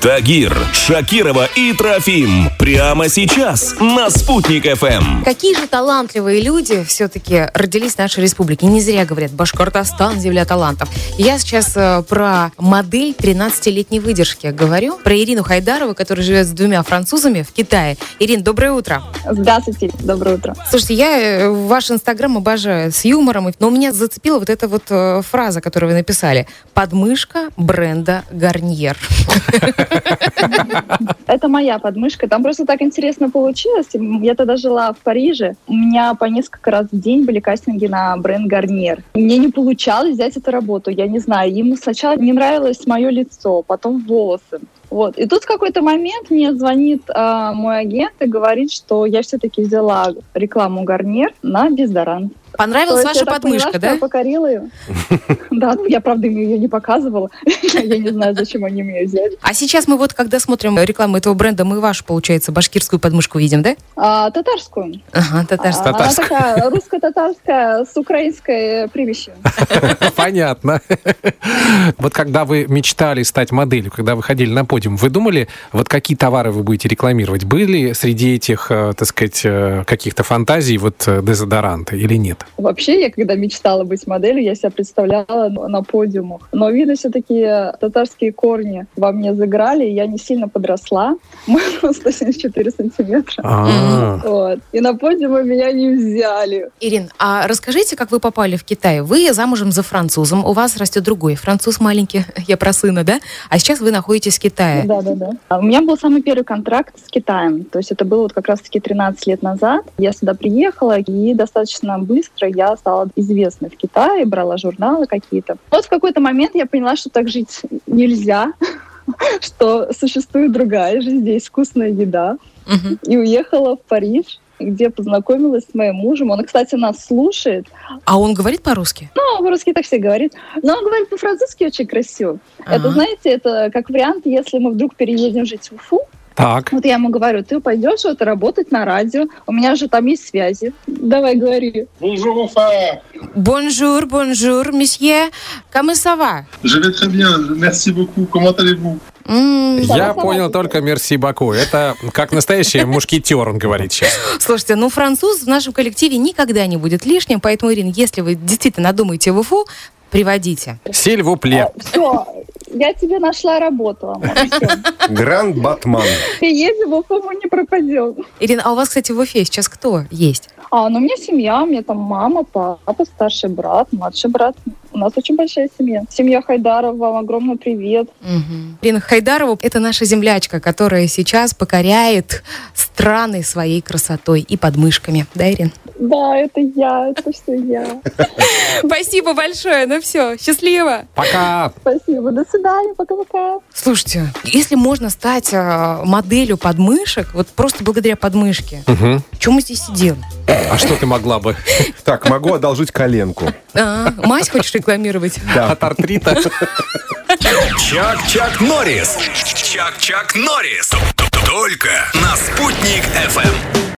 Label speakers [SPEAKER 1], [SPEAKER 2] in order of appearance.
[SPEAKER 1] Тагир, Шакирова и Трофим. Прямо сейчас на «Спутник ФМ».
[SPEAKER 2] Какие же талантливые люди все-таки родились в нашей республике. Не зря говорят, Башкортостан – земля талантов. Я сейчас э, про модель 13-летней выдержки говорю, про Ирину Хайдарову, которая живет с двумя французами в Китае. Ирин, доброе утро.
[SPEAKER 3] Здравствуйте, доброе утро.
[SPEAKER 2] Слушайте, я э, ваш инстаграм обожаю с юмором, но у меня зацепила вот эта вот э, фраза, которую вы написали. Подмышка бренда Гарниер.
[SPEAKER 3] Это моя подмышка. Там просто так интересно получилось. Я тогда жила в Париже. У меня по несколько раз в день были кастинги на бренд Гарниер. Мне не получалось взять эту работу. Я не знаю. Ему сначала не нравилось мое лицо, потом волосы. Вот. И тут в какой-то момент мне звонит а, мой агент и говорит, что я все-таки взяла рекламу Гарнир на бездорант.
[SPEAKER 2] Понравилась
[SPEAKER 3] То есть
[SPEAKER 2] ваша
[SPEAKER 3] я так поняла,
[SPEAKER 2] подмышка,
[SPEAKER 3] что
[SPEAKER 2] да?
[SPEAKER 3] Я покорила ее. Да, ну, я, правда, им ее не показывала. Я не знаю, зачем они мне ее взяли.
[SPEAKER 2] А сейчас мы вот, когда смотрим рекламу этого бренда, мы вашу, получается, башкирскую подмышку видим, да?
[SPEAKER 3] А, Татарскую.
[SPEAKER 2] Ага, татарскую.
[SPEAKER 3] А, Она
[SPEAKER 4] Татарскую.
[SPEAKER 3] такая русско-татарская с украинской примесью.
[SPEAKER 4] Понятно. Вот когда вы мечтали стать моделью, когда вы ходили на подиум, вы думали, вот какие товары вы будете рекламировать? Были среди этих, э, так сказать, э, каких-то фантазий вот э, дезодоранты или нет?
[SPEAKER 3] Вообще, я когда мечтала быть моделью, я себя представляла на на подиумах. Но, видно, все-таки татарские корни во мне заиграли, и я не сильно подросла. Мой рост 174 сантиметра.
[SPEAKER 4] А,
[SPEAKER 3] Вот. И на подиумы меня не взяли.
[SPEAKER 2] Ирин, а расскажите, как вы попали в Китай? Вы замужем за французом, у вас растет другой француз маленький, я про сына, да? А сейчас вы находитесь в Китае.
[SPEAKER 3] Да, да, да. А У меня был самый первый контракт с Китаем. То есть это было вот как раз-таки 13 лет назад. Я сюда приехала, и достаточно быстро я стала известной в Китае, брала журналы какие-то. Вот в какой-то момент я поняла, что так жить нельзя, что существует другая жизнь, здесь вкусная еда.
[SPEAKER 2] Мгм.
[SPEAKER 3] И уехала в Париж где познакомилась с моим мужем. Он, кстати, нас слушает.
[SPEAKER 2] А он говорит по-русски?
[SPEAKER 3] Ну, по-русски так все говорит. Но он говорит по-французски очень красиво. Это,
[SPEAKER 2] Ага.
[SPEAKER 3] знаете, это как вариант, если мы вдруг переедем жить в Уфу,
[SPEAKER 4] Так.
[SPEAKER 3] вот я ему говорю, ты пойдешь вот работать на радио, у меня же там есть связи. Давай, говори.
[SPEAKER 5] Bonjour Oufa,
[SPEAKER 2] Бонжур, бонжур, месье, камысава.
[SPEAKER 5] je vais très bien, merci beaucoup, comment allez-vous
[SPEAKER 4] Я
[SPEAKER 3] сама
[SPEAKER 4] понял
[SPEAKER 3] себе.
[SPEAKER 4] только мерси Баку. Это как настоящий мушкетер, он говорит сейчас.
[SPEAKER 2] Слушайте, ну француз в нашем коллективе никогда не будет лишним, поэтому, Ирин, если вы действительно надумаете в Уфу, приводите.
[SPEAKER 4] Сильвупле.
[SPEAKER 3] Все, я тебе нашла работу, Амур. Всё.
[SPEAKER 6] Гранд Батман.
[SPEAKER 3] Приедем, в Уфу мы не пропадем.
[SPEAKER 2] Ирин, а у вас, кстати, в Уфе сейчас кто есть?
[SPEAKER 3] А, ну у меня семья, у меня там мама, папа, старший брат, младший брат. У нас очень большая семья. Семья Хайдарова, вам огромный привет.
[SPEAKER 2] Мгм. Ирина Хайдарова – это наша землячка, которая сейчас покоряет страны своей красотой и подмышками. Да, Ирин?
[SPEAKER 3] Да, это я, это все я.
[SPEAKER 2] Спасибо большое. Ну все, счастливо.
[SPEAKER 4] Пока.
[SPEAKER 3] Спасибо, до свидания, пока-пока.
[SPEAKER 2] Слушайте, если можно стать э, моделью подмышек, вот просто благодаря подмышке,
[SPEAKER 4] Мгм.
[SPEAKER 2] чем мы здесь сидим?
[SPEAKER 4] А что ты могла бы?
[SPEAKER 6] Так, могу одолжить коленку.
[SPEAKER 2] А, мазь хочешь рекламировать?
[SPEAKER 4] От артрита?
[SPEAKER 1] Чак-Чак Норрис. Чак-Чак Норрис. Только на «Спутник ФМ».